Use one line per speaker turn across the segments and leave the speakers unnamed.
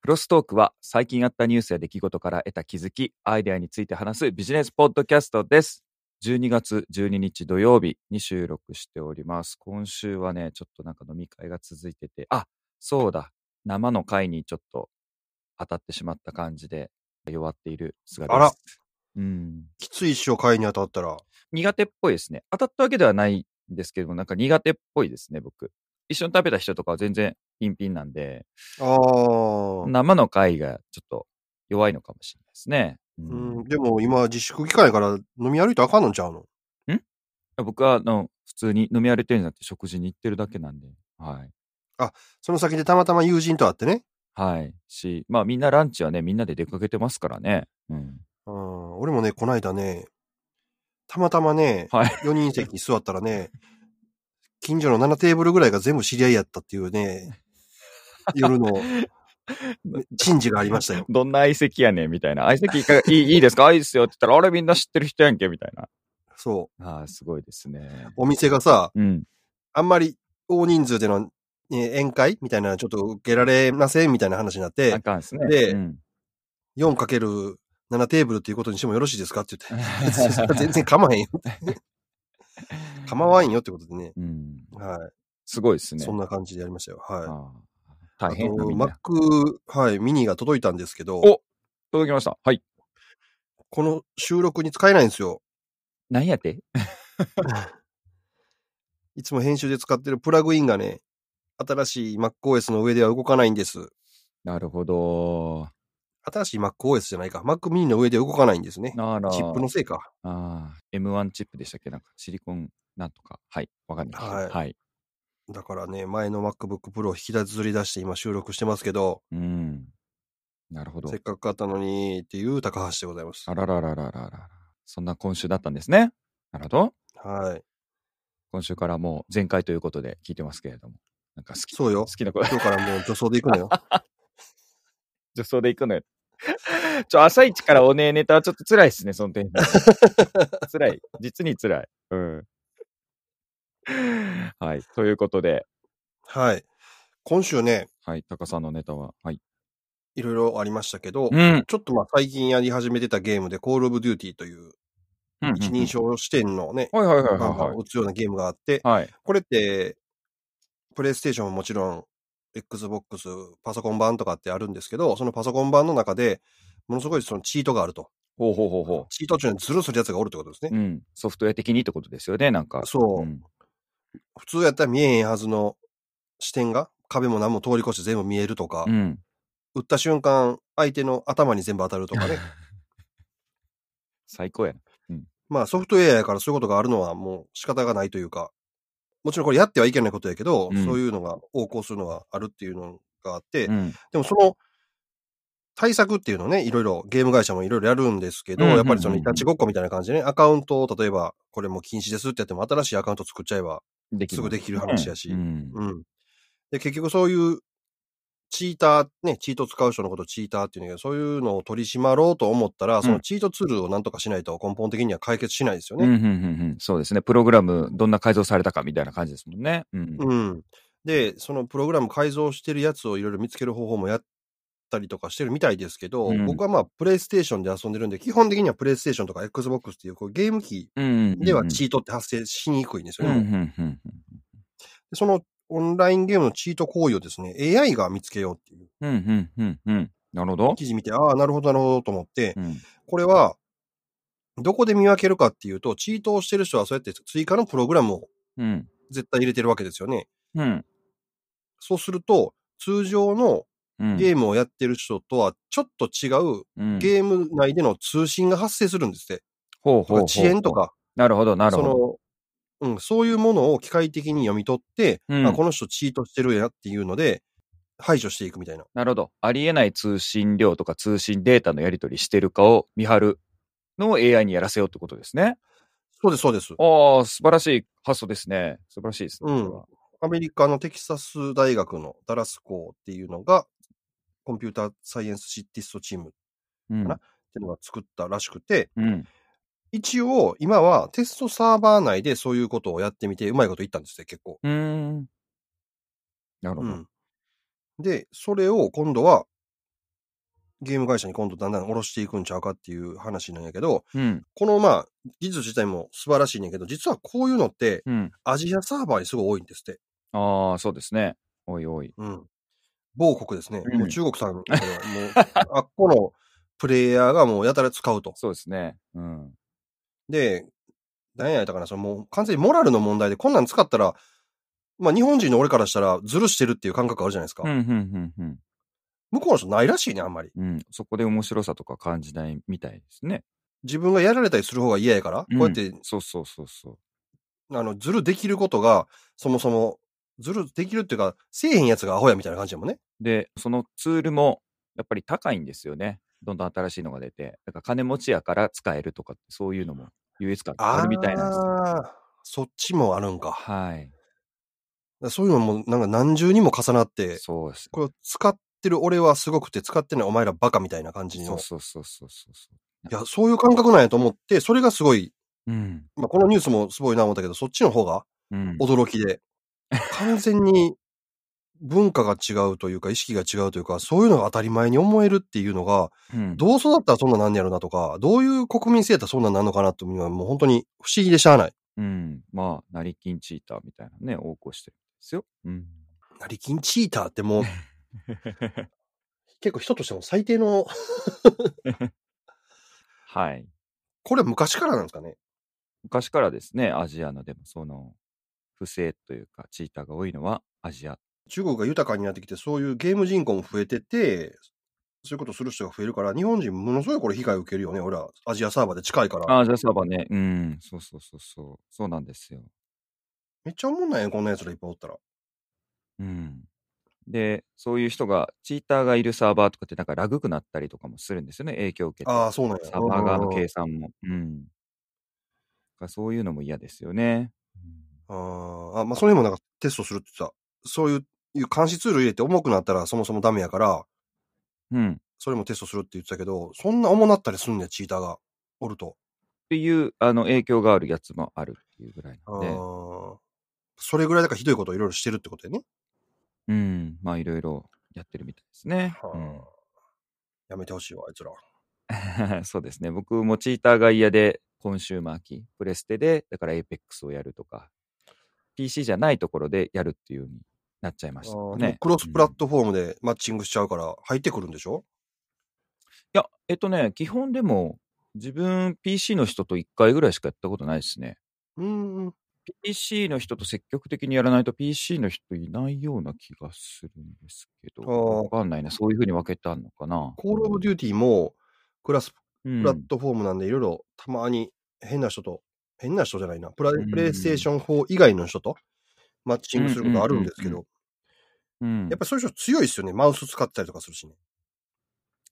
クロストークは最近あったニュースや出来事から得た気づき、アイデアについて話すビジネスポッドキャストです。12月12日土曜日に収録しております。今週はね、ちょっとなんか飲み会が続いてて、あ、そうだ、生の会にちょっと当たってしまった感じで弱っている姿です。
あら
うん。
きついっしょ、会に当たったら。
苦手っぽいですね。当たったわけではないんですけども、なんか苦手っぽいですね、僕。一緒に食べた人とかは全然ピンピンなんで、
ああ。
生の貝がちょっと弱いのかもしれないですね。う
うんん、でも今、自粛期間やから飲み歩いたらあかんのんちゃうの
僕はあの普通に飲み歩いてるんじゃなくて食事に行ってるだけなんで、はい。
その先でたまたま友人と会ってね。
はい。し、まあみんなランチはね、みんなで出かけてますからね。うん。
うん、俺もね、こないだね、たまたまね、
はい
4人席に座ったらね、近所の7テーブルぐらいが全部知り合いやったっていうね、夜の珍事がありましたよ。
どんな相席やねんみ たいな。相席いかがいいいいですかあいいですよって言ったら、あれみんな知ってる人やんけみたいな。
そ
ああ、すごいですね
う。。お店がさ、
うん。
あんまり大人数での、ね宴会みたいなのちょっと受けられませんみたいな話になって
あ、かんですね。
で
うん、
4×7 テーブルっていうことにしてもよろしいですかって言っ て。全然構へんよ。構わんよってことでね。
うん。
は
すごいです
い。
ね。
そんな感じでやりましたよ。は
あ
い。
あ大変
あ
な
と、
みん
マ
な
ック、はい、ミニが届いたんですけど、
お届きました。はい。
この収録に使えないんですよ。
何やって
いつも編集で使ってるプラグインがね、新しい MacOS の上では動かないんです。
なるほど。
新しい MacOS じゃないか。Mac mini の上では動かないんですね。
なら、
チップのせいか。
ああ、M1 チップでしたっけなんかシリコンなんとか。はい。わかんないです。
はい
はい。
だからね、前の MacBook Pro を引きずり出して今収録してますけど、
うん。なるほど
せっ。かく買ったのにっていう高橋でございます。
あららららららら。そんな今週だったんですね。なるほど。
はい。
今週からもう全開ということで聞いてますけれども。なんか好き。
そう
好
よ
きなこと。
今日からもう女装で行くのよ。
女装で行くのよ。ちょ、朝一からおねえネタはちょっと辛いですね、その点。辛い。実に辛い。うん。はい。ということで、
はい。今週ね、
はい。タカさんのネタは、はい。
いろいろありましたけど、
ん。
ちょっとまあ最近やり始めてたゲームで、コールオブデューティーという一人称視点のね、
はいはいはい
ガンガ
は
ン撃つようなゲームがあって、
い。はい。
これって、プレイステーションももちろん、Xbox、パソコン版とかってあるんですけど、そのパソコン版の中で、ものすごいそのチートがあると。
ほうほうほうほ
チート中にズルするやつがおるってことですね。
う。うん。ソフトウェア的にってことですよね、なんか。
そう、
ん
普通やったら見えへんはずの視点が、壁も何も通り越して全部見えるとか、
うん。
撃った瞬間、相手の頭に全部当たるとかね。
最高やな。
まあソフトウェアやからそういうことがあるのはもう仕方がないというか、もちろんこれやってはいけないことやけど、
うん
そういうのが横行するのがあるっていうのがあって、
うん。
でもその対策っていうのをね、いろいろゲーム会社もいろいろやるんですけど、
うんうんうんうん
やっぱりそのいたちごっこみたいな感じでね、アカウントを例えばこれもう禁止ですってやっても新しいアカウント作っちゃえば、
でます
ぐできる話やし
うん。
うん。で、結局そういうチーター、ね、チート使う人のことをチーターっていうんだけど、そういうのを取り締まろうと思ったら、そのチートツールをなんとかしないと根本的には解決しないですよ
うん。う
ね。
んうんうんうん。そうですね。プログラム、どんな改造されたかみたいな感じですもんね。うん。
うん。で、そのプログラム改造してるやつをいろいろ見つける方法もやったりとかしてるみたいですけど、
うん
僕はまあ、プレイステーションで遊んでるんで、基本的にはプレイステーションとか XBOX っていうこうゲーム機
うんうん。
ではチートって発生しにくいんです
う
よ
んう
ね。
ん
で
うん
そのオンラインゲームのチート行為をですね、AI が見つけようっていう
うん。うんうんうんうん。なるほど。
記事見て、ああ、なるほど、なるほどと思って、
うん。
これは、どこで見分けるかっていうと、チートをしてる人はそうやって追加のプログラムを
うん。
絶対入れてるわけですよね。
うん。
そうすると、通常の
うん。
ゲームをやってる人とはちょっと違う
うん
ゲーム内での通信が発生するんですって。
ほうほ
だ
うほ
か
う。
ら遅延と。か、
なるほど、なる
そ
ほど。
の、うん、そういうものを機械的に読み取って、
うん
あこの人チートしてるやっていうので、排除していくみたいな。
なるほど。ありえない通信量とか通信データのやり取りしてるかを見張るのを AI にやらせようってことですね。
そうです、そうです。
ああ、素晴らしい発想ですね。素晴らしいですね。
うん
それは
アメリカのテキサス大学のダラス校っていうのが、コンピューターサイエンスシティストチームっ
うん
な。ていうのが作ったらしくて、
うん。
一応今はテストサーバー内でそういうことをやってみて、うまいこといったんですって、結構。
うーん。なるほ
う
ど。
ん。で、それを今度はゲーム会社に今度だんだん下ろしていくんちゃうかっていう話なんやけど、
うん。
このまあ、技術自体も素晴らしいねんけど、実はこういうのって
うん。
アジアサーバーにすごい多いんですって。
ああ、そうですね。おいおい。
うん。某国ですね。
うん
もう中国さん、これはもう、あっこのプレイヤーがもうやたら使うと。
そうですね。うん。
で、何やったかな、そのもう完全にモラルの問題で、こんなん使ったら、まあ日本人の俺からしたらずるしてるっていう感覚あるじゃないですか。
うん、うん、うん、うん。
向こうの人ないらしいね、あんまり。
うん。そこで面白さとか感じないみたいですね。
自分がやられたりする方が嫌やから、こうやって
んそうそうそうそ
あの、ずるできることが、そもそも、ずるできるっていうか、せえへんやつがアホやみたいな感じやもんね。
う。で、そのツールも、やっぱり高いんですよね。どんどん新しいのが出て。だから金持ちやから使えるとかって、そういうのも優越感あるみたいなんですよ。
あーそっちもあるんか。だか
はい。
らそういうのも、なんか何重にも重なって、
そうです。
これを使ってる俺はすごくて、使ってないお前らバカみたいな感じ
そ
の
う。そうそうそうそうそ
いや、そういう感覚なんやと思って、それがすごい、
う。うん。
まあ、このニュースもすごいな思ったけど、そっちの方が
うん。
驚きで、完全に文化が違うというか、意識が違うというか、そういうのが当たり前に思えるっていうのが、
うん
どう育ったらそんななんねやろなとか、どういう国民性やったらそんなんなんのかなっていうのはもう本当に不思議でしゃあない。
うん。まあ、成金チーターみたいなね、横行してるんですよ。うん。
なりきんチーターってもう、結構人としても最低の、
はい。
これ昔からなんですかね。
昔からですね、アジアのでも、その、不正というか、チーターが多いのはアジア。
中国が豊かになってきて、そういうゲーム人口も増えてて、そういうことする人が増えるから、日本人ものすごいこれ被害を受けるよね。俺ら、アジアサーバーで近いから。
あアジアサーバーね。うん。そうそうそうそう。そうなんですよ。
めっちゃおもんないよ、こんな奴らいっぱいおったら。
うん。で、そういう人が、チーターがいるサーバーとかって、なんかラグくなったりとかもするんですよね、影響を受けて。
ああ、そうなんや。
サーバー側の計算も。うん。だからそういうのも嫌ですよね。
あーあ、まあ、その辺もなんかテストするって言ってた。そういういう監視ツール入れて重くなったらそもそもダメやから、
うん。っ
それもテストするって言ってたけど、そんな重なったりすんねん、チーターが。おると。
ていう、あの、影響があるやつもあるっていうぐらい
あ
なんで。
ーそれぐらいだからひどいことをいろいろしてるってことやね。
うん、まあいろいろやってるみたいですね。
はあやめてほしいわ、あいつら。
うん そうですね。僕もチーターが嫌で、コンシューマー機、プレステで、だから APEX をやるとか、PC じゃないところでやるっていう風になっちゃいました
あー
ね。
クロスプラ
うん
ットフォームでマッチングしちゃうから入ってくるんでしょ、
いや、えっとね、基本でも、自分 PC の人と1回ぐらいしかやったことないですね。
うん、うん。
PC の人と積極的にやらないと PC の人いないような気がするんですけど、
あー
わかんないね。そういう風に分けたのかな。
コールオブデューティーもクラス
うん
プラットフォームなんでいろいろたまに変な人と、変な人じゃないな、プラ
うん
プレイステーション4以外の人とマッチングすることあるんです
う
け
んうん
ど、
うん
やっぱりそういう人強いですよね。マウス使ってたりとかするしね。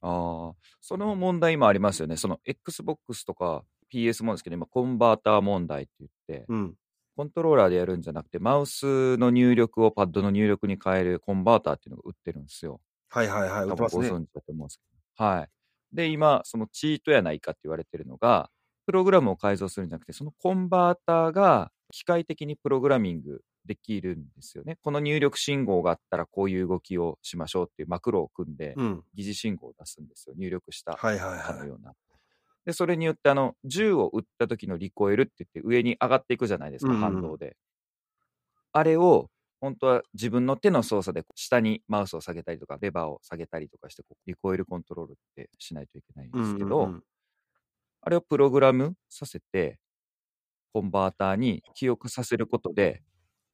ああ、その問題今ありますよね。その Xbox とか PS もですけど、今コンバーター問題って言って、
うん。
コントローラーでやるんじゃなくて、マウスの入力をパッドの入力に変えるコンバーターっていうのが売ってるんですよ。
はいはいはい、売
多分
ってます
ご
ね。
存知だと思うんですけど。はい。で、今、そのチートやないかって言われてるのが、プログラムを改造するんじゃなくて、そのコンバーターが機械的にプログラミングできるんですよね。この入力信号があったら、こういう動きをしましょうっていうマクロを組んで、
うん。
疑似信号を出すんですよ。入力した
はいはい
かの
はい。
ような。で、それによって、あの、銃を撃った時のリコイルって言って、上に上がっていくじゃないですか、
うんうん
反動で。あれを、本当は自分の手の操作で、下にマウスを下げたりとか、レバーを下げたりとかして、こうリコイルコントロールってしないといけないんですけど、
うんうんうん
あれをプログラムさせて、コンバーターに記憶させることで、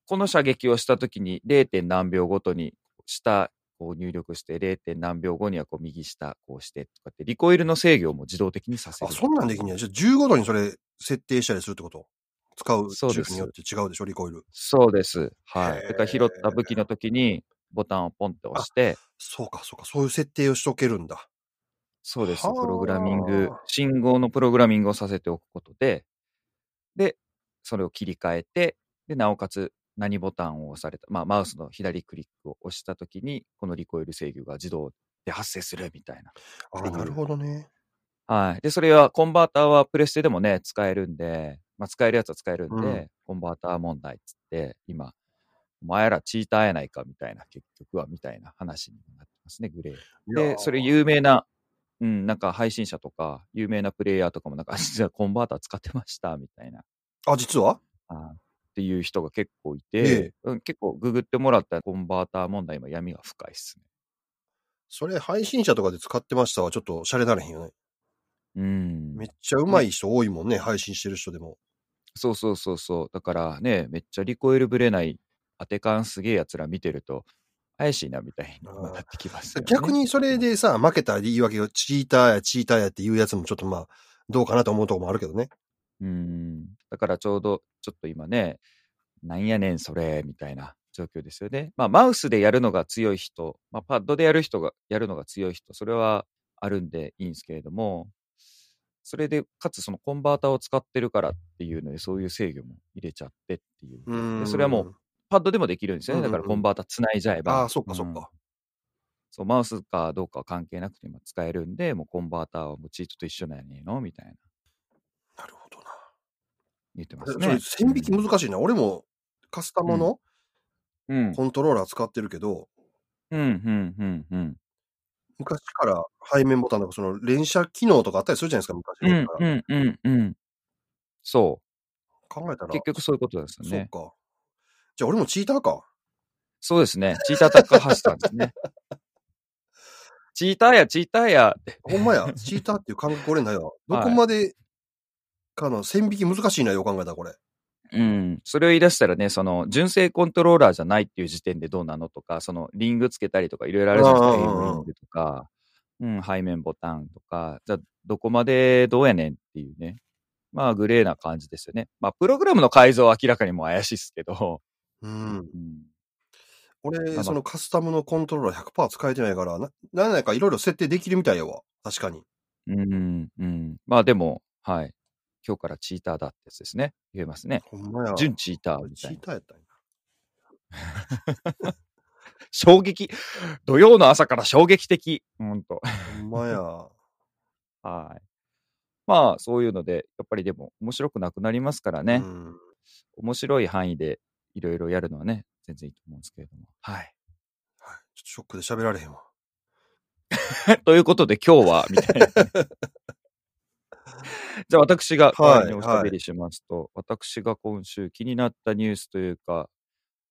この射撃をしたときに 0. 点何秒ごとに下を入力して、0. 点何秒後にはこう右下こうしてとかって、リコイルの制御も自動的にさせ
あ、
る。
そんなんできんねや。じゃあ15度にそれ設定したりするってこと使う
そうで
銃
す
によって違うでしょリコイル。
そうです。はい。
へー
だから拾った武器の時にボタンをポンって押して、
そうか、そうか。そういう設定をしとけるんだ。
そうです。
はあ
プログラミング、信号のプログラミングをさせておくことで、で、それを切り替えて、で、なおかつ何ボタンを押された、まあ、マウスの左クリックを押したときに、このリコイル制御が自動で発生するみたいな。
あ
って
あ、
いう
なるほどね。
はい。で、それは、コンバーターはプレステでもね、使えるんで、まあ、使えるやつは使えるんで、
うん
コンバーター問題っつって、今、お前らチーターやないかみたいな、結局はみたいな話になってますね、グレー。
いや
で、
ー
それ有名なうん、なんか配信者とか、有名なプレイヤーとかも、なんか、あ実はコンバーター使ってました、みたいな、
あ、実は
あっていう人が結構いて、
ええ
うん、結構ググってもらったコンバーター問題、今闇が深いっすね。
それ配信者とかで使ってましたはちょっとシャレなれへんよね。
うん。
めっちゃうまい人多いもんね、配信してる人でも。
そうそうそうそう。だからね、めっちゃリコイルぶれない、当て感すげえやつら見てると、怪しいなみたいに
あ
な
ー
ってきますよね。
逆にそれでさ、負けた言い訳がチーターやチーターやって言うやつもちょっとまあ、どうかなと思うとこもあるけどね。
うん。だからちょうど、ちょっと今ね、なんやねんそれ、みたいな状況ですよね。まあ、マウスでやるのが強い人、まあ、パッドでやる人が、やるのが強い人、それはあるんでいいんですけれども、それで、かつそのコンバーターを使ってるからっていうので、そういう制御も入れちゃってっていう。
うん。
でそれはもう、パッドでもできるんですよね。だから
うんうん
コ
うん
ンバーター繋いじゃえば。
ああ、そっかそっ
うん
か。
そう、マウスかどうかは関係なくて今使えるんで、もうコンバーターはもうチートと一緒なんやねんのみたいな
なるほどな。
言ってま
そ
す
れ
ね。
線引き難しいな。俺もカスタムの
うん。
コントローラー使ってるけど、
うん、うん、うん、うん。
昔から背面ボタンとか、その連射機能とかあったりするじゃないですか、昔
うん
のか、
う
ら。
ん、うん、うん。そ
考えた
う。
ら、
結局そういうことなんですよ
そう
ね。
か。じゃあ俺もチーターか。
そうですね。チータータッカーハスターです ね。チーターや、チーターやって。
ほんまや、チーターっていう感覚俺ないわ。どこまでかの線引き難しいな、よう考えたらこれ。
うん。それを言い出したらね、その、純正コントローラーじゃないっていう時点でどうなのとか、その、リングつけたりとか、いろいろあるじゃないです
うんう
か。A リン
んうん
グとか、うん、背面ボタンとか、じゃあ、どこまでどうやねんっていうね。まあ、グレーな感じですよね。まあ、プログラムの改造は明らかにもう怪しいですけど、
うん。
うん。まあま
俺、
あ
そのカスタムのコントローラー100%使えてないから、な、なんだかいろいろ設定できるみたいやわ。確かに。
うん、うん。まあ、でも、はい。今日からチーターだってやつですね。言えますね。
ほん まや。
純チーターみ
チ
たい
ー
な。
ターやったんや。
衝撃。土曜の朝から衝撃的。ほんと。
ほん まや。
はい。まあ、そういうので、やっぱりでも面白くなくなりますからね。
うん
面白い範囲でいろいろやるのはね、全然いいと思うんですけれども。はい。
はい。ちょっとショックで喋られへんわ。
ということで、今日は、み たいなね、じゃあ、私が代わりにおしゃべりしますと、私が今週気になったニュースというか、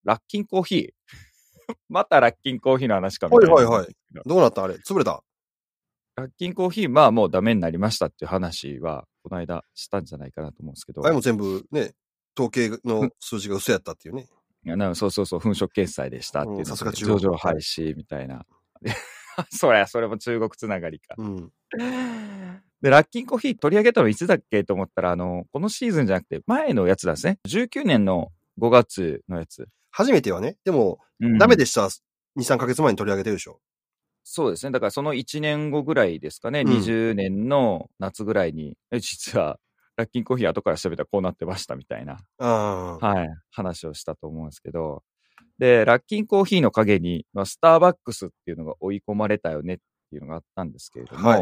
ラッキンコー ヒー。またラッキンコーヒーの話かみたいな。
はいはいはいどうなったあれ潰れた
ラッキンコーヒー、まあもうダメになりましたっていう話は、この間したんじゃないかなと思うんですけど。
あれも全部ね、統計の数字が嘘やったっていうね。
いやなんかそうそうそう、粉飾決済でしたっていうの
うんさすが
で
中国
上場廃止みたいな。 でそりゃ、それも中国つながりか。
うん。
で、ラッキンコーヒー取り上げたのいつだっけと思ったら、あの、このシーズンじゃなくて、前のやつなんですね。19年の5月のやつ。
初めてはね、でも、
うん
ダメでした、2、3ヶ月前に取り上げてるでしょ。
そうですね。だからその1年後ぐらいですかね、
うん
20年の夏ぐらいに、え実は、ラッキンコーヒー後から調べたらこうなってましたみたいな。
ああ。
はい、話をしたと思うんですけど、で、ラッキンコーヒーの陰に、まあ、スターバックスっていうのが追い込まれたよねっていうのがあったんですけれども、
はい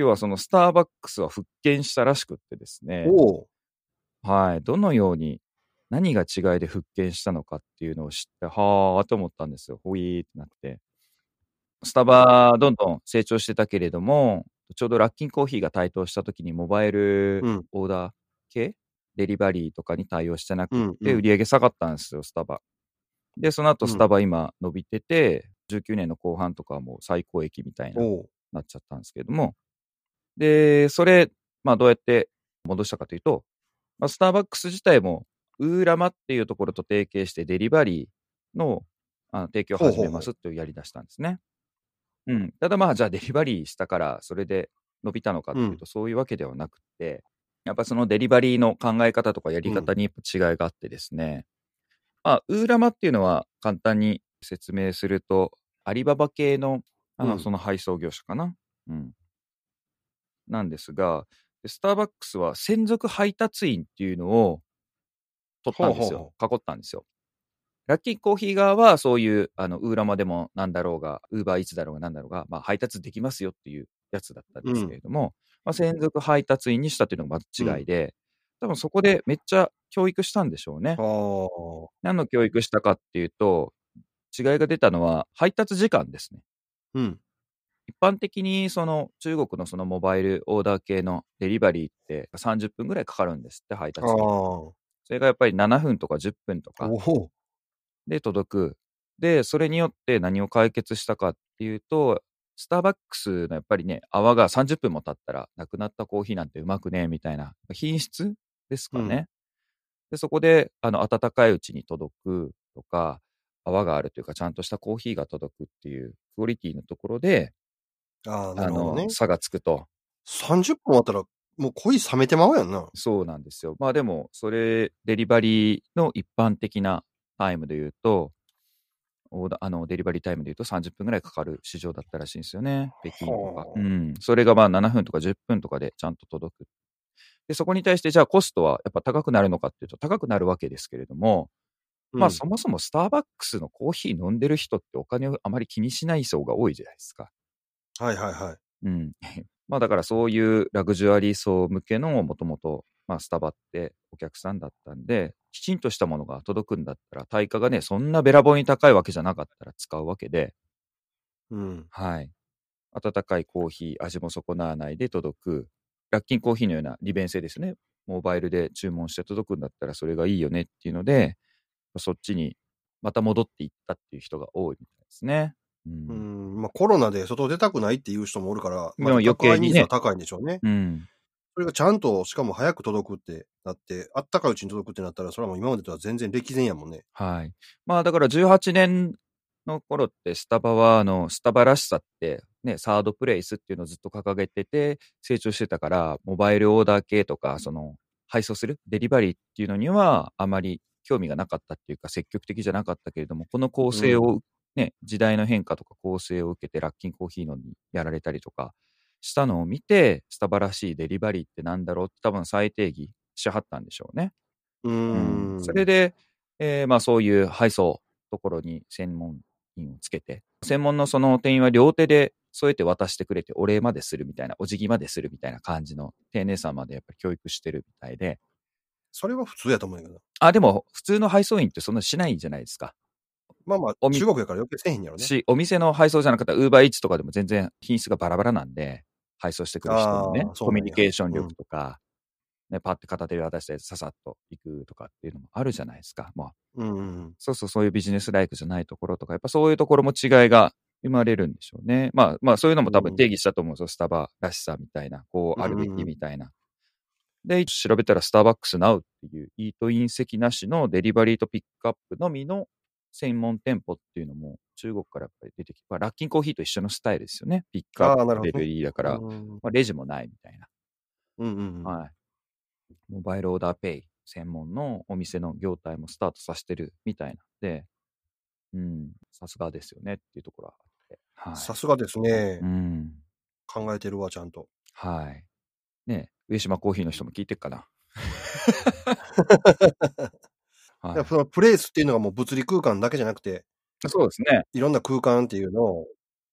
今日はそのスターバックスは復権したらしくってですね、
おお。
はい、どのように、何が違いで復権したのかっていうのを知って、はあと思ったんですよ。ほいーってなって。スタバ、どんどん成長してたけれども、ちょうどラッキンコーヒーが台頭した時にモバイル
うん
オーダー系、デリバリーとかに対応してなく
うん、う
で、売
ん。
り上げ下がったんですよ、スタバ。で、その後、
うん
スタバ今伸びてて、19年の後半とかはもう最高益みたいな、
おう
なっちゃったんですけども。で、それ、まあどうやって戻したかというと、まあ、スターバックス自体も、ウーラマっていうところと提携して、デリバリーのあの提供を始めますっていうやり出したんですね。うん。ただまあ、じゃあデリバリーしたから、それで伸びたのかっていうと、そういうわけではなくて、やっぱそのデリバリーの考え方とかやり方にやっぱ違いがあってですね、まあ、ウーラマっていうのは簡単に説明すると、アリババ系のあの、
うん
その配送業者かな、うん、なんですが、でスターバックスは専属配達員っていうのを取ったんです
ほうほ
よ。囲ったんですよ。ラッキーコーヒー側はそういう、あの、ウーラマでもなんだろうが、ウーバーイーツだろうがなんだろうが、まあ配達できますよっていうやつだったんですけれども、まあ専属配達員にしたっていうのが間違いで、多分そこでめっちゃ教育したんでしょうね。
あ
何の教育したかっていうと、違いが出たのは配達時間ですね。
あ。うん。
一般的にその中国のそのモバイルオーダー系のデリバリーって30分ぐらいかかるんですって、配達
ああ。
に。
お
それがやっぱり7分とか10分とか
お。
で届く。で、それによって何を解決したかっていうと、スターバックスのやっぱりね、泡が30分も経ったらなくなったコーヒーなんてうまくねえみたいな品質ですかね。
うん
で、そこで、あの、温かいうちに届くとか、泡があるというか、ちゃんとしたコーヒーが届くっていうクオリティのところで、
ああ、な
あ
るほど
の、
ね。
差がつくと。
30分あったら、もう恋冷めてまうやんな。
そうなんですよ。まあでも、それ、デリバリーの一般的なタイムで言うと、オーダーあのデリバリータイムで言うと30分ぐらいかかる市場だったらしいんですよね、北京とか
ほ。
う、
うん
それがまあ7分とか10分とかでちゃんと届く。で、そこに対して、じゃあコストはやっぱ高くなるのかっていうと、高くなるわけですけれども、まあ
うん
そもそもスターバックスのコーヒー飲んでる人ってお金をあまり気にしない層が多いじゃないですか。
はいはいはい。
うん。 まあだからそういうラグジュアリー層向けのもともと、まあ、スタバってお客さんだったんで、きちんとしたものが届くんだったら、対価がね、そんなべらぼうに高いわけじゃなかったら使うわけで、
うん。
はい。温かいコーヒー、味も損なわないで届く。ラッキンコーヒーのような利便性ですね。モバイルで注文して届くんだったらそれがいいよねっていうので、そっちにまた戻っていったっていう人が多いみたいですね。うん
うん。まあコロナで外出たくないっていう人もおるから、まあ、
でも余計にね
宅配ニーズは高いんでしょうね。
うん
それがちゃんと、しかも早く届くってなって、あったかいうちに届くってなったら、それはもう今までとは全然歴然やもんね。
はい。まあだから18年の頃ってスタバはあのスタバらしさってね、サードプレイスっていうのをずっと掲げてて成長してたから、モバイルオーダー系とか、その配送するデリバリーっていうのにはあまり興味がなかったっていうか積極的じゃなかったけれども、この構成をね、時代の変化とか構成を受けてラッキンコーヒーのにやられたりとかしたのを見て、スタバらしいデリバリーってなんだろうって多分再定義しはったんでしょうね。
う
うん
ーん。
それで、えーまあ、そういう配送ところに専門員をつけて、専門のその店員は両手で添えて渡してくれて、お礼までするみたいな、お辞儀までするみたいな感じの丁寧さまでやっぱり教育してるみたいで、
それは普通やと思うんやけど。
あ、でも普通の配送員ってそんなしないじゃないですか。
まあま
お
あ、
み
中国やから余計せえへんやろね。
し、お店の配送じゃなかったら、ウーバーイーツとかでも全然品質がバラバラなんで、配送してくる人のね
あー、そうなんや
コミュニケーション力とか、ね、パッて片手で渡してささっと行くとかっていうのもあるじゃないですか。まあ、
うんうん。
そうそう、そういうビジネスライクじゃないところとか、やっぱそういうところも違いが生まれるんでしょうね。まあまあ、そういうのも多分
うん
定義したと思うんですよ。スタバらしさみたいな、こうあるべ
うんうん
き
うん
みたいな。で、調べたらスターバックスナウっていうイートイン席なしのデリバリーとピックアップのみの専門店舗っていうのも中国からやっぱり出てきて、まあ、ラッキンコーヒーと一緒のスタイルですよね。ピックア
あー
ップ
なるほど
デ
ね
リバリーだから、
うん
まあ、レジもないみたいな。
うんうん。
はい。モバイルオーダーペイ専門のお店の業態もスタートさせてるみたいなんで、うん、さすがですよねっていうところはあって。はい。
さすがですね
う。ん。
考えてるわ、ちゃんと。
はい。ね上島コーヒーの人も聞いてっ かな。は
だからそのプレイスっていうのがもう物理空間だけじゃなくて、
い、そうですね。
いろんな空間っていうのを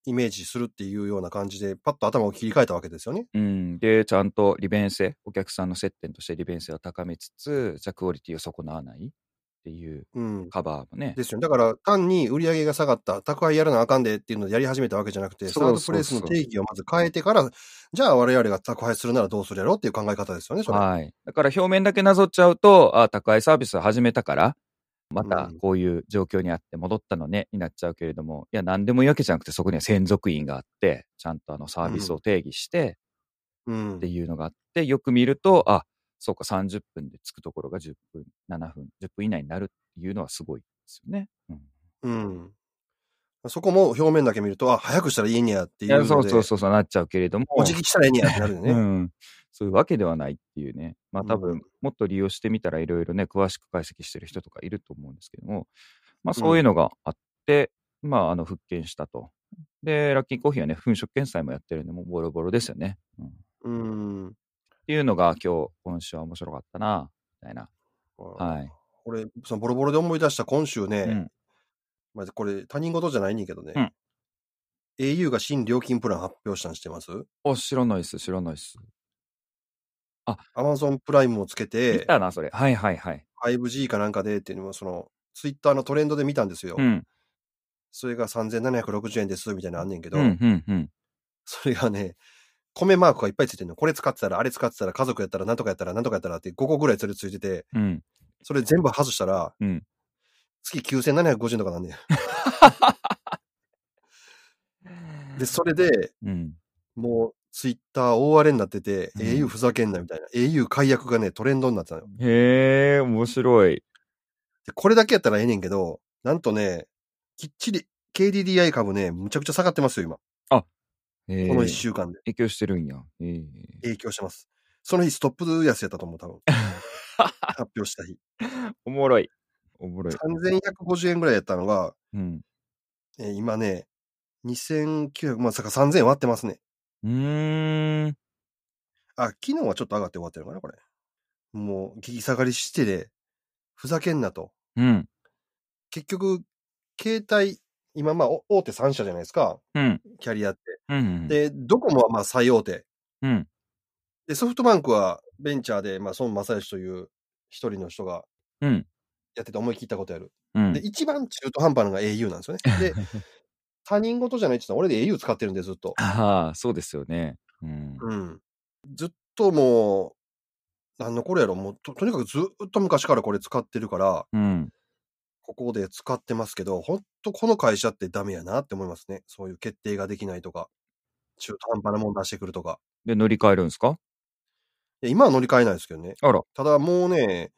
イメージするっていうような感じで、パッと頭を切り替えたわけですよね。
うん、で、ちゃんと利便性、お客さんの接点として利便性を高めつつ、じゃあクオリティを損なわないっていう
うん。
カバーもね、
ですよね。だから、単に売り上げが下がった、宅配やらなあかんでっていうのをやり始めたわけじゃなくて、
そ
サ
う
ー
そう
ド
そ
プ
う
レイスの定義をまず変えてから、じゃあ我々が宅配するならどうするやろうっていう考え方ですよね、それ。
はい。だから表面だけなぞっちゃうと、あ宅配サービス始めたから、また
うん
こういう状況にあって戻ったのね、になっちゃうけれども、いや、何でもいいわけじゃなくて、そこには専属員があって、ちゃんとあのサービスを定義して
うん
って。いうのがあって、よく見ると、あ、そうか、30分で着くところが10分、7分、10分以内になるっていうのはすごいですよね。うん、
うん。そこも表面だけ見ると、あ、早くしたらいいんやって
い
いうの
や
で、
そうそうそうそうなっちゃうけれども。
お辞儀したらいいんやってなるよね。
うん、そういうわけではないっていうね、まあ
うん
多分、もっと利用してみたらいろいろね、詳しく解析してる人とかいると思うんですけども、まあそういうのがあって、まああの復権したと。で、ラッキーコーヒーはね、粉飾検査もやってるんで、もうボロボロですよね、うん。っ
うん。
ていうのが今日、今週は面白かったな、みたいな。はい。
俺、そのボロボロで思い出した今週ね、
うん
まあ、これ他人事じゃないねんけどね、
うん
au が新料金プラン発表したんしてます
お、知らないっす、知らないっす。
?Amazon プライムをつけ
見
て、
たな、それ。はいはいはい。
5G かなんかでっていうのも、その、ツイッターのトレンドで見たんですよ。
うん。
それが3760円ですみたいなのあんねんけど、
うん、うん、うん。
それがね、米マークがいっぱいついてるの。これ使ってたら、あれ使ってたら、家族やったら、なんとかやったら、なんとかやったらって5個ぐらいそれついてて、
うん。
それ全部外したら、
うん
月9750円とかなんね ん。で、それで、
うん。
もう、ツイッター大荒れになってて、
うん
au ふざけんなみたいな、au 解約がね、トレンドになってたのよ。
へえ、面白い。
で、これだけやったらええねんけど、なんとね、きっちり KDDI 株ね、むちゃくちゃ下がってますよ、今。
こ
この1週間で。
影響してるんや。ええ
影響してます。その日、ストップ安やったと思う、 多分。発表した日。
おもろい。おもろい。
3150円ぐらいやったのが、
うん。
えー今ね、2900、まさか3000円割ってますね。
うーん。
あ、昨日はちょっと上がって終わってるのかな、これ。もう、激下がりしてで、ふざけんなと。
うん。
結局、携帯、今、まあ、お大手3社じゃないですか、
うん。
キャリアって。
うん。
で、ドコモはまあ最大手。
うん。
で、ソフトバンクはベンチャーで、まあ、孫正義という一人の人が
うん。
やってて思い切ったことやる。
うん。
で、一番中途半端なのが au なんですよ ね。で、他人事じゃないって言ったら俺で au 使ってるんで、ずっと。
ああ、そうですよね。うん。
うん。ずっともう、何の頃やろ、もうと、とにかくずっと昔からこれ使ってるから、
うん。
ここで使ってますけど、ほんとこの会社ってダメやなって思いますね。そういう決定ができないとか、中途半端なもの出してくるとか。
で、乗り換えるんですか
いや今は乗り換えないですけどね。
あら。
ただもうね、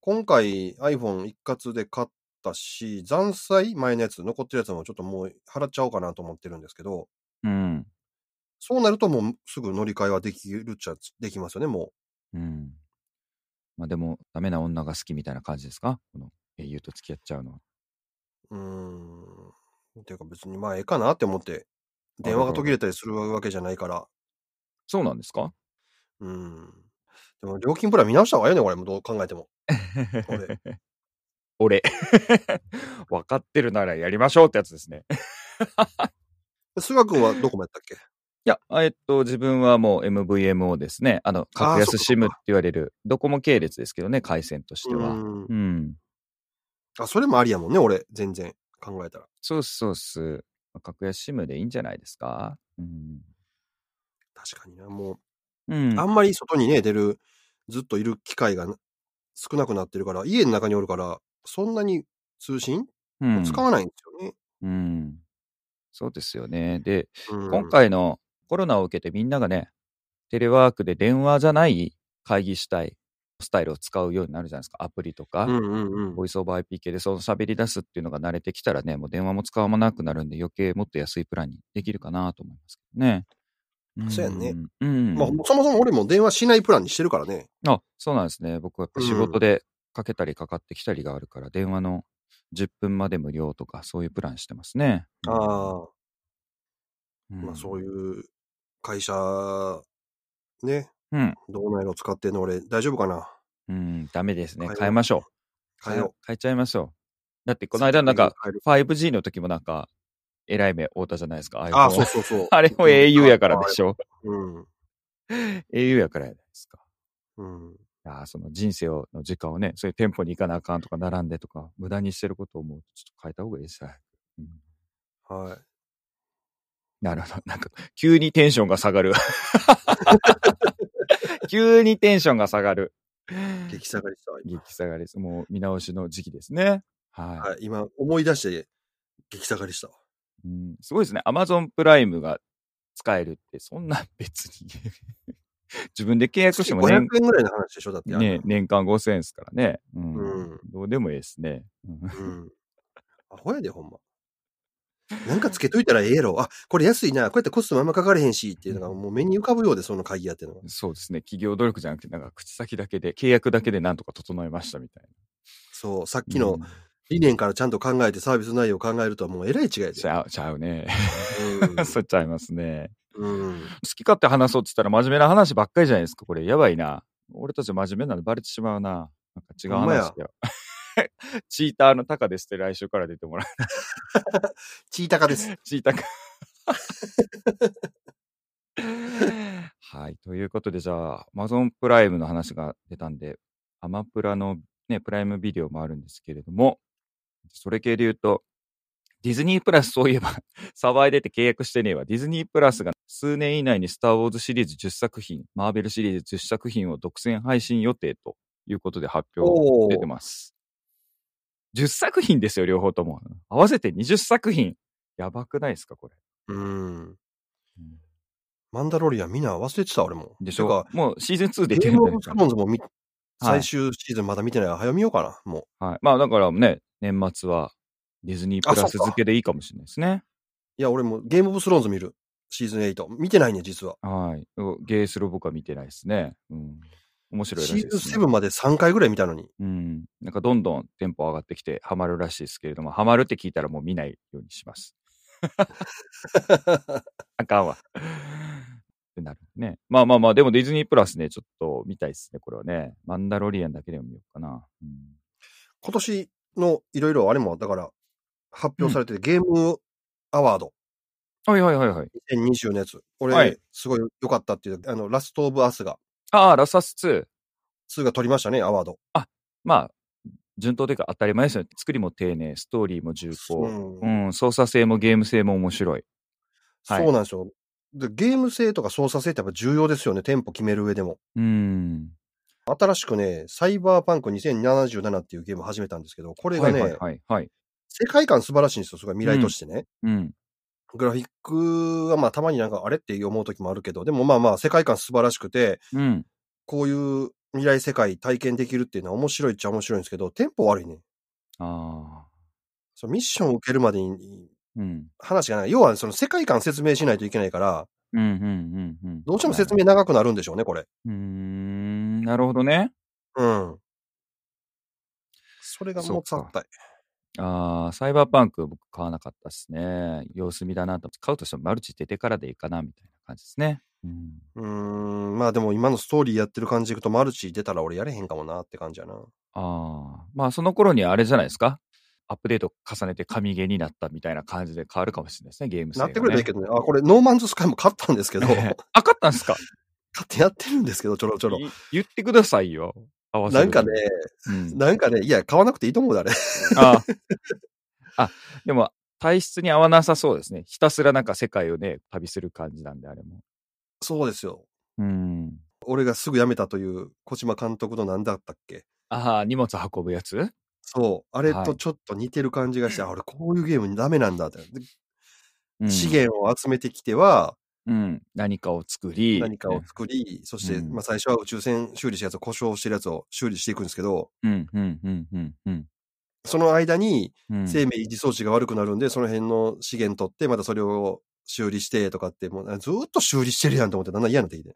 今回 iPhone 一括で買ったし、残債前のやつ、残ってるやつもちょっともう払っちゃおうかなと思ってるんですけど、
うん。
そうなるともうすぐ乗り換えはできるっちゃできますよね、も
うん。まあでも、ダメな女が好きみたいな感じですかこの英雄と付き合っちゃうのは。
う。うーん。ていうか別にまあええかなって思って、電話が途切れたりするわけじゃないから、
そうなんですか
うん。でも料金プラン見直した方がいいよね、これ、もうどう考えても。 俺。
俺。 分かってるならやりましょうってやつですね。
菅君はどこもやったっ け
いや、あえっと、自分はもう MVMO ですね。あの、格安
そっかそっ
SIM
か
って言われる、ドコモ系列ですけどね、回線として
う
は。
ん。
うん。
あ、それもありやもんね、俺、全然考えたら。
そうっすそうっす。まあ格安 SIM でいいんじゃないですかうん。
確かにな、もう。
うん
あんまり外にね、出る、ずっといる機会がな少なくなってるから、家の中におるから、そんなに通信
うん
使わないんですよね。
うん。そうですよね。で、
うん
今、回のコロナを受けてみんながね、テレワークで電話じゃない会議主体、スタイルを使うようになるじゃないですか。アプリとか、
うんうんう
ボイスオブ IP 系でその喋り出すっていうのが慣れてきたらね、もう電話も使わなくなるんで余計もっと安いプランにできるかなと思いますけどね。
そうやね
ん。うん。
ん。まあ、そもそも俺も電話しないプランにしてるからね。
あ、そうなんですね。僕はやっぱ仕事でかけたりかかってきたりがあるから、電話の10分まで無料とか、そういうプランしてますね。
ああ、
うん、
まあそうういう会社、ね。
うん。
どうなんやろ使ってんの俺、大丈夫かな
うん。うん、ダメですね
変えよ。う
変えましょう。
変えよう。
変えちゃいましょう。だってこの間なんか
変える、
5G の時もなんか、えらい目覆ったじゃないですか。
あ
iPhone。
あ、そうそうそう
あれも au やからでしょ。
うん。
au やからやないですか。
うん。
ああ、その人生をの時間をね、そういう店舗に行かなあかんとか、並んでとか、無駄にしてることをもうちょっと変えた方がいいですよ。
はい。
なるほど。 なんか、急にテンションが下がる。 急にテンションが下がる。
激下がりしたわ今
激下がりです。もう見直しの時期ですね。はい。
はい。今、思い出して、激下がりしたわ。
うん、すごいですね。Amazon プライムが使えるって、そんな別に。 自分で契約しても
500
年,、
円ぐらいの話でしょだって。あれ
ね、年間5000円ですからね。うん。
うん
どうでもいいですね。うん
うん。アホやで、ほんま。なんかつけといたらええやろ。あ、これ安いな。こうやってコストもあんまかかれへんしっていうのがもう目に浮かぶようで、その会議やってるのが。
そうですね。企業努力じゃなくて、なんか口先だけで、契約だけでなんとか整えましたみたいな。
そう、さっきの理念からちゃんと考えてサービス内容を考えるとはもうえらい違いで。
ちゃう、ちゃうね。
う ん
そうちゃいますね。
うん。
好き勝手話そうって言ったら真面目な話ばっかりじゃないですか。これやばいな。俺たち真面目なのバレてしまうな。なんか違う
ほんま
話
や
だよ。 チーターのタカですって来週から出てもら
チータ カです。
う。チータカ。はい。ということで、じゃあ、Amazon プライムの話が出たんで、アマプラのね、プライムビデオもあるんですけれども、それ系で言うと、ディズニープラスそういえば 騒いでて契約してねえわ。ディズニープラスが数年以内にスター・ウォーズシリーズ10作品、マーベルシリーズ10作品を独占配信予定ということで発
おー
表出てます。10作品ですよ、両方とも。合わせて20作品。やばくないですか、これ。
うん。マンダロリアンみんな忘れてた、俺も。
でしてょ
か、
もうシーズン2で
ゲ
言って
ー
るん
ム
だ
オ
よ
ブスローンズも見
は
最
い
終シーズンまだ見てないから、早見ようかな、も
はい。まあだからね、年末はディズニープラス付けでいいかもしれないですね。
う。いや、俺もゲームオブスローンズ見る。シーズン8。見てないね、実は。
はい。おゲースロ僕は見てないですね。うん。面白いらしい
シ
で
ー
す、ね。
ズン7まで3回ぐらい見たのに。
うん。なんかどんどんテンポ上がってきてハマるらしいですけれども、ハマるって聞いたらもう見ないようにします。 あかんわ。ってなるね。まあまあまあ、でもディズニープラスね、ちょっと見たいですね、これはね。マンダロリアンだけでも見ようかな。うん、
今年のいろいろあれも、だから、発表されてて、ゲームアワード
はいはいはいはい。
2020のやつ。これ、
はい
すごい良かったっていう、あの、ラストオブアスが、
ああ、ラサス2。
2が取りましたね、アワード。
まあ、順当というか当たり前ですよね。作りも丁寧、ストーリーも重厚。
うん
うん、操作性もゲーム性も面白い。はい
そうなんですよ。で、ゲーム性とか操作性ってやっぱ重要ですよね、テンポ決める上でも。
うん。
新しくね、サイバーパンク2077っていうゲームを始めたんですけど、これがね、
はいはいはい、はい。
世界観素晴らしいんですよ、すごい未来としてね。
うん。
グラフィックはまあたまになんかあれって思う時もあるけど、でもまあまあ世界観素晴らしくて、
うん。
こういう未来世界体験できるっていうのは面白いっちゃ面白いんですけど、テンポ悪いね。
ああ。
そのミッションを受けるまでに
うん。
話がない。要はその世界観説明しないといけないから、
うんうんうんうん。
どうしても説明長くなるんでしょうね、これ。
うーん、なるほどね。
うん。それが
そ
も
っ
う
か
雑ったい。
ああ、サイバーパンク僕買わなかったですね。様子見だなと。買うとしてもマルチ出てからでいいかな、みたいな感じですね。うん。
うーん。まあでも今のストーリーやってる感じいくとマルチ出たら俺やれへんかもなって感じやな。
ああ。まあその頃にはあれじゃないですか。アップデート重ねて神ゲーになったみたいな感じで変わるかもしれないですね、ゲーム性
な
が、
っ
ね。
てくればいいけどね。あ、これノーマンズスカイも買ったんです けど、買っ
あ、買ったんです か
てやってるんですけど、ちょろちょろ。
い言ってくださいよ。合わせる
なんかね、
うん
なんかね、いや、買わなくていいと思うだ、あれ。
あああ、でも、体質に合わなさそうですね。ひたすらなんか世界をね、旅する感じなんで、あれも。
そうですよ。
うん。
俺がすぐ辞めたという小島監督の何だったっけ
ああ、荷物運ぶやつ
そう。あれ
は
と
い
ちょっと似てる感じがして、あ、俺こういうゲームダメなんだって。で資。源を集めてきては、
うんうん。何かを作り。
何かを
ね
作り、そして、
うん
まあ最初は宇宙船修理したやつを故障してるやつを修理していくんですけど、
うん、うん、うん、うん、うん
その間に
うん。
生命維持装置が悪くなるんで、その辺の資源取って、またそれを修理してとかって、もうずーっと修理してるやんと思って、だんだん嫌になってきて。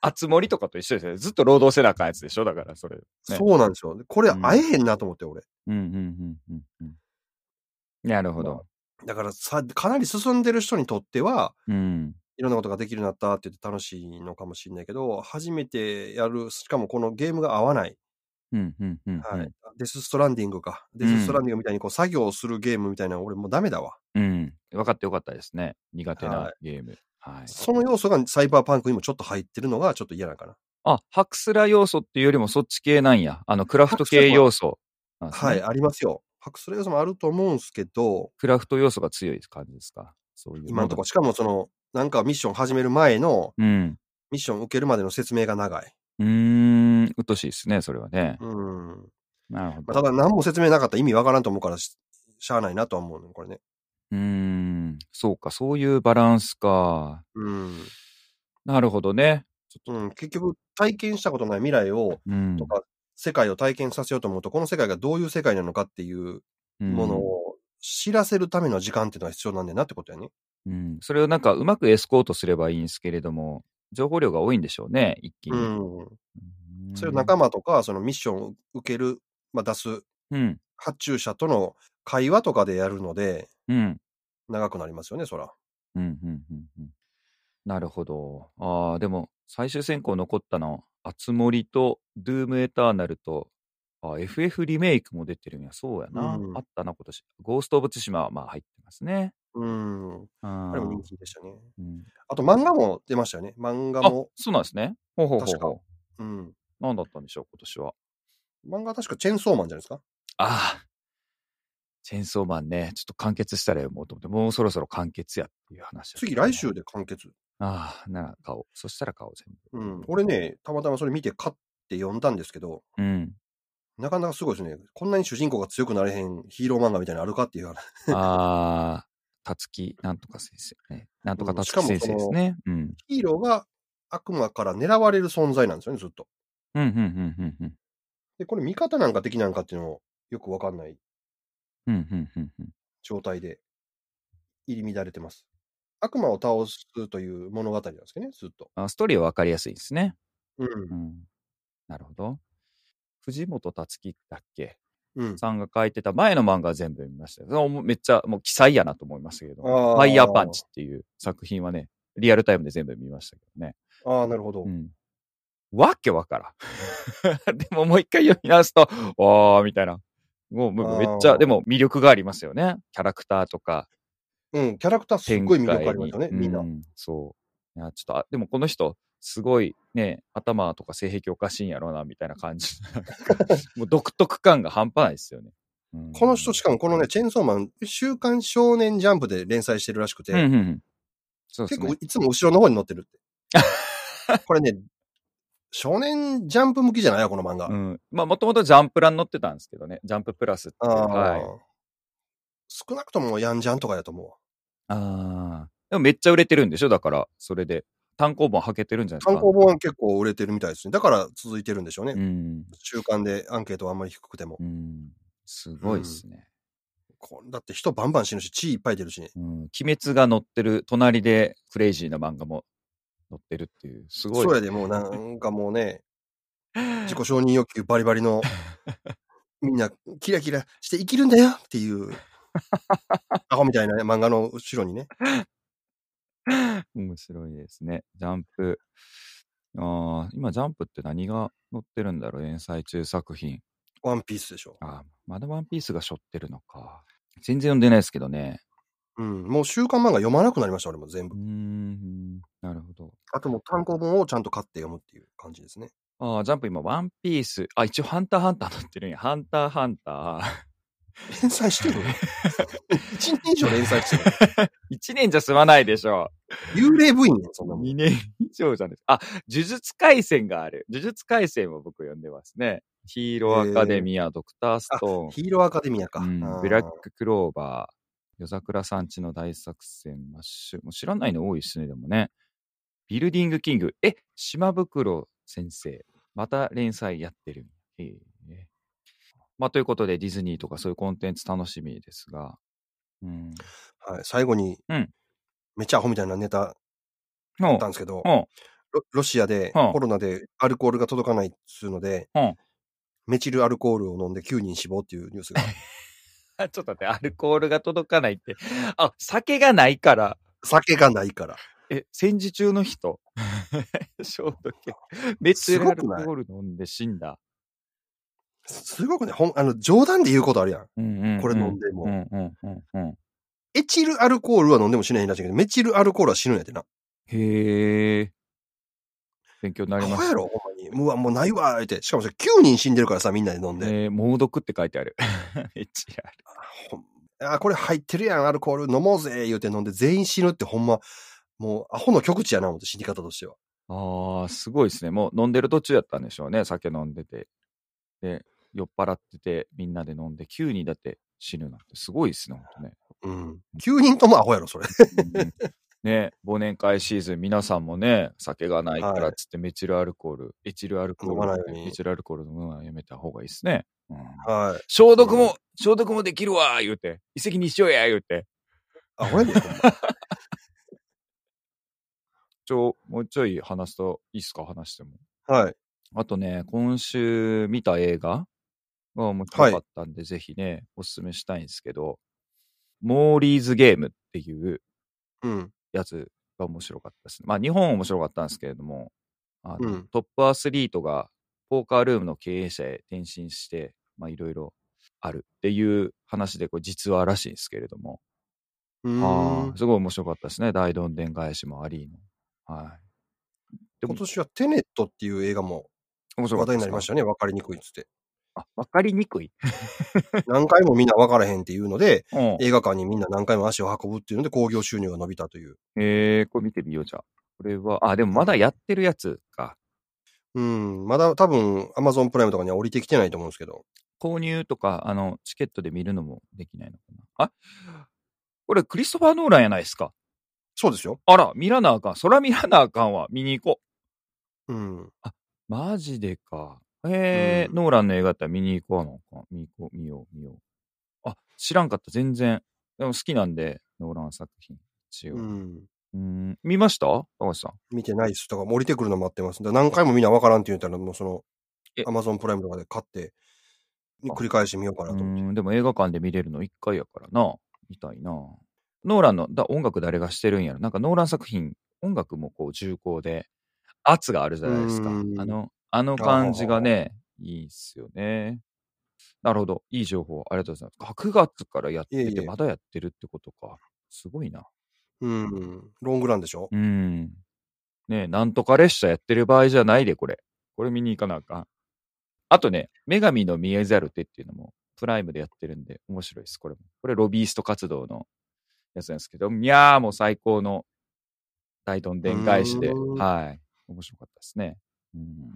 あつ森とかと一緒ですよね。ずっと労働せなあかんやつでしょだから、それ。ね
そうなんですよ。でこれ
うん
会えへんなと思って、俺。
うん、うん、うん、うんうん。なるほど。
だからさ、かなり進んでる人にとっては、
うん。
いろんなことができるようになったって言って楽しいのかもしれないけど、初めてやる、しかもこのゲームが合わない。
うん、うん、うん。うん
はい。。デスストランディングか。デ
う
ス
ん
ストランディングみたいにこう作業をするゲームみたいなの俺もうダメだわ。
うん。分かってよかったですね。苦手な
は
ゲーム。はい。
その要素がサイバーパンクにもちょっと入ってるのがちょっと嫌なのかな。
あ、ハクスラ要素っていうよりもそっち系なんや。あの、クラフト系要素なんですね。
はい、ありますよ。ハクスレ要素もあると思うんですけど、
クラフト要素が強い感じですか。そういう。
今のところ、しかもその、なんかミッション始める前の、
うん。
ミッション受けるまでの説明が長い。
うーん。うっとしいですね、それはね。
うん。
なるほ
まあ、
ど。
ただ何も説明なかったら意味わからんと思うからし、しゃあないなとは思うね、これね。
うーん。そうか、そういうバランスか。
うん。
なるほどね。
うん、結局、体験したことない未来を、
うん。
とか、世界を体験させようと思うと、この世界がどういう世界なのかっていう
うん
ものを知らせるための時間っていうのが必要なんだよなってことやね。
うん。それをなんかうまくエスコートすればいいんですけれども、情報量が多いんでしょうね、一気
う
に。
ん。
うん
それを仲間とか、そのミッションを受ける、まあ、出す
うん。
発注者との会話とかでやるので、
うん。
長くなりますよね、そら。
うんうんうんうんなるほど。ああ、でも最終選考残ったの、あつ森と、ドゥームエターナルと、あ FF リメイクも出てるんや。そうやな。
うん
あったな、今年。ゴースト・オブ・ツシマはまあ入ってますね。
うん。
あ
あれも人気でしたね。
うん、
あと漫画も出ましたよね。漫画
あ
も。
そうなんですね。ほうほうほう
確か
ほ
うん。
う。なんだったんでしょう、今年は。
漫画は確かチェーンソーマンじゃないですか。
ああ。チェーンソーマンね、ちょっと完結したら読もうと思って、もうそろそろ完結やっていう話、
次、来。週で完結。
ああ、なら顔。そしたら顔全部。
うん。俺ね、たまたまそれ見て買って読んだんですけど、
うん。
なかなかすごいですね。こんなに主人公が強くなれへんヒーロー漫画みたいなのあるかっていう話。
ああ、たつき、なんとか先生ね。なんとかたつき先生ですね。うん。
ヒーローが悪魔から狙われる存在なんですよね、ずっと。
うん、うん、うん、うん、うん。
で、これ味方なんか敵なんかっていうのもよくわかんない
うん、うん、うん、うん。
状態で入り乱れてます。悪魔を倒すという物語なんですけどね、ずっと。
あストーリーはわかりやすいですね。
うん
う。ん。なるほど。藤本たつきだっけ
うん。
さんが書いてた前の漫画は全部見ましたよ。それもめっちゃもう記載やなと思いましたけど、フ
あー
ァイヤーパンチっていう作品はね、リアルタイムで全部見ましたけどね。
ああ、なるほど。
うん。わけわからん。 でももう一回読み直すと、おーみたいな。もうもうめっち
あ
ゃ、
ー
でも魅力がありますよね。キャラクターとか。
うん。キャラクターすっごい魅力ありますよね、
展開に
みんな
う。そう。いや、ちょっと、あでもこの人、すごいね、頭とか性癖おかしいんやろうな、みたいな感じ。 なんかもう独特感が半端ないですよね。うん
この人、しかもこのね、チェーンソーマン、週刊少年ジャンプで連載してるらしくて、
うんうんうん。そうです
結
ね。
構いつも後ろの方に載って るって。これね、少年ジャンプ向きじゃないよ、この漫画。
うん。まあ、もともとジャンプラン乗ってたんですけどね。ジャンププラスっていう。
ああ、
はい。
少なくともヤンジャンとかやと思。
ああ。でもめっちゃ売れてるんでしょだから、それで。単行本はけてるんじゃないうですか
単行本は結構売れてるみたいですね。だから続いてるんでしょうね。
うん。
週刊でアンケートはあんまり低くても。
うん。すごいっすね。
こだって人バンバン死ぬし、血いっぱい出るしね。
うん。鬼滅が載ってる、隣でクレイジーな漫画も載ってるっていう。すごい。
そうやでもうなんかも うね、自己承認欲求バリバリの、みんなキラキラして生きるんだよっ ていう、アホみたいなね漫画の後ろにね。
面白いですね。ジャンプ。ああ、今ジャンプって何が載ってるんだろう連載中作品。
ワンピースでしょ。
ああ、まだワンピースが背負ってるのか。全然読んでないですけどね。
うん。もう週刊漫画読まなくなりました、俺も全
う
部
ー。ん、なるほど。
あともう単行本をちゃんと買って読むっていう感じですね。
ああ、ジャンプ今、ワンピース。あ、一応、ハンターハンター載ってるんや。ハンター ハンタ
連載してる 一年以上連載してる。
ー。1年じゃ済まないでしょ
幽霊部員やん、そん
う。
なもん。
2年以上じゃないですか。あ、呪術廻戦がある。呪術廻戦を僕読んでますね。ヒーローアカデミア、ドクターストーン。
ヒーローアカデミアか。
うん
あー
ブラッククローバー、夜桜さんちの大作戦、マッシュ、もう知らないの多いですね、でもね。ビルディングキング、え、島袋先生、また連載やってる。ええまあ、ということで、ディズニーとかそういうコンテンツ楽しみですが、うん。
はい、最後に、
うん
めっちゃアホみたいなネタあ
ほう
ったんですけど、
ほ
ロロシアで
うん
コロナでアルコールが届かないっつうので、
うん
メチルアルコールを飲んで9人死亡っていうニュースが。
うちょっと待って、アルコールが届かないって。あ、酒がないから。
酒がないから。
え、戦時中の人 消毒薬。メチルアルコール飲んで死んだ。
すごくね、ほんあの冗談で言うことあるやん。
うんうんうん
これ飲んでも
うんうんうんうん。
エチルアルコールは飲んでも死ねへんらしいけど、メチルアルコールは死ぬんやってな。
へえ。勉強にな
ア
りま
ホ
し
や
た。
ろ、ほんまに。うわ、もうないわ、言って。しかもさ、9人死んでるからさ、みんなで飲んで。
えー、猛毒って書いてある。 めっちゃある。
ほんあ、これ入ってるやん、アルコール飲もうぜ、言うて飲んで全員死ぬってほんま、もうアホの極致やな、思って死に方としては。
ああ、すごいですね。もう飲んでる途中やったんでしょうね。酒飲んでて。で、酔っ払ってて、みんなで飲んで、急にだって死ぬなんて、すごいですね、ほんとね。
うん。9人ともアホやろ、 それ。
うんうんね、忘年会シーズン、皆さんもね、酒がないからっつって、メチルアルコール、エチルアルコール、
飲まないように
メチルアルコール飲むのはやめた方がいいですね。うん
はい。
消毒も、消毒もできるわー言うて、一石二鳥や言うて。
アホやで、ほんま。
ちょ、もうちょい話すといいっすか、話しても。
はい。
あとね、今週見た映画が面白かったんで、ぜひね、おすすめしたいんですけど、モーリーズゲームっていう
うん。
やつが面白かったですね。まあ、日本は面白かったんですけれども、あの
うん
トップアスリートがポーカールームの経営者へ転身して、まあ、いろいろあるっていう話で、これ実話らしいんですけれども、
う
あ
ーん
ーすごい面白かったですね。大どんでん返しもありの。はい。でも
今年はテネットっていう映画も
面白か
話
った
題
です
にな
か
りましたね。わかりにくいっつって。
あ、わかりにくい。
何回もみんな分からへんっていう ので、
うん。
映画館にみんな何回も足を運ぶっていうので、興行収入が伸びたという。
えー、これ見てみようじゃあ。これは、あ、でもまだやってるやつか。
うん、まだ多分、アマゾンプライムとかには降りてきてないと思うんですけど。
購入とか、あの、チケットで見るのもできないのかな。あこれクリストファー・ノーランやないですか。
そうですよ。
あら、見らなあかん。そら見らなあかんわ。見に行こ
うん。
う。マジでか。えー
うん
ノーランの映画やったら見に行こうのか。見に行こう、見よう、見よう。あ、知らんかった、全然。でも好きなんで、ノーラン作品。一応。
う。
うんーん、見ました高橋さん。
見てないっす。だから降りてくるの待ってます。だから何回もみんな分からんって言ったら、もうその
え、
アマゾンプライムとかで買って、
あ
繰り返してみようかな
う
と思って。
ーん、でも映画館で見れるの1回やからな。見たいな。ノーランのだ音楽誰がしてるんやろ。なんかノーラン作品、音楽もこう重厚で、圧があるじゃないですか。
うーん
あの、あの感じがね、いいっすよね。なるほど。いい情報、ありがとうございます。9月からやってて、
いえいえ
まだやってるってことか。すごいな。
うん。ロングランでしょ
うーん。ねえ、なんとか列車やってる場合じゃないで、これ。これ見に行かなあかん。あとね、女神の見えざる手っていうのも、プライムでやってるんで、面白いです、これも。これ、ロビースト活動のやつなんですけど、いやーもう最高の大どんでん返しで、
うーん
はい。面白かったですね。うん。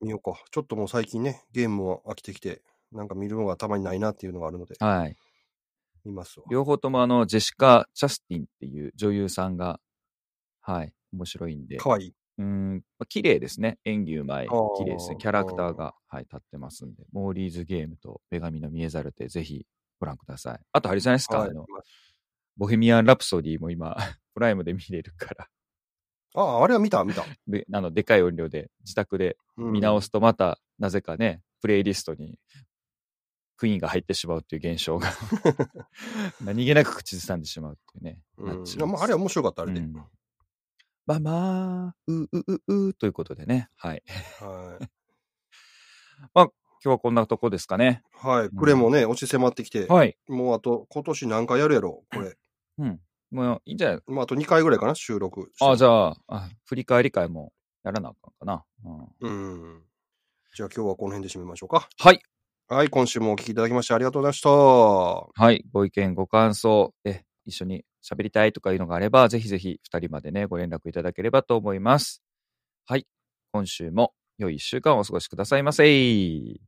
見ようか。ちょっともう最近ね、ゲームも飽きてきて、なんか見るのがたまにないなっていうのがあるので、
はい。
見ますわ。
両方とも、あの、ジェシカ・チャスティンっていう女優さんが、はい、面白いんで。
かわいい。
うーん、まあ綺麗ですね。演技うまい。
あー
綺麗ですね。キャラクターが、はい、立ってますんで。モーリーズゲームと女神の見えざる手、ぜひご覧ください。あと、あれじゃないですか、
はい
あの、ボヘミアン・ラプソディも今、 プライムで見れるから。
ああ、あれは見た、見た。
で、あの、でかい音量で、自宅で
うん
見直すと、また、なぜかね、プレイリストに、クイーンが入ってしまうっていう現象が、 何気なく口ずさんでしまうっていうね。
う
なんっち
いや
まい
ま
ま
あ、あ
す
れは面白かった、あれで。
うんまあまあ、う、う、う、う、ということでね。はい。
はい。
今日はこんなとこですかね。
はい。クレもね、押し迫ってきて、
はい。
もうあと、今年何回やるやろ、これ。
うん。もういいんじゃない
まあ、あと2回ぐらいかな、収録。
あ、じ
ゃ
ゃああ、振り返り会もやらなあかんかな。うん、
うん。じゃあ今日はこの辺で締めましょうか。
はい。
はい、今週もお聞きいただきましてありがとうございました。
はい。ご意見、ご感想、え、一緒に喋りたいとかいうのがあれば、ぜひぜひ二人までね、ご連絡いただければと思います。はい。今週も良い一週間をお過ごしくださいませ。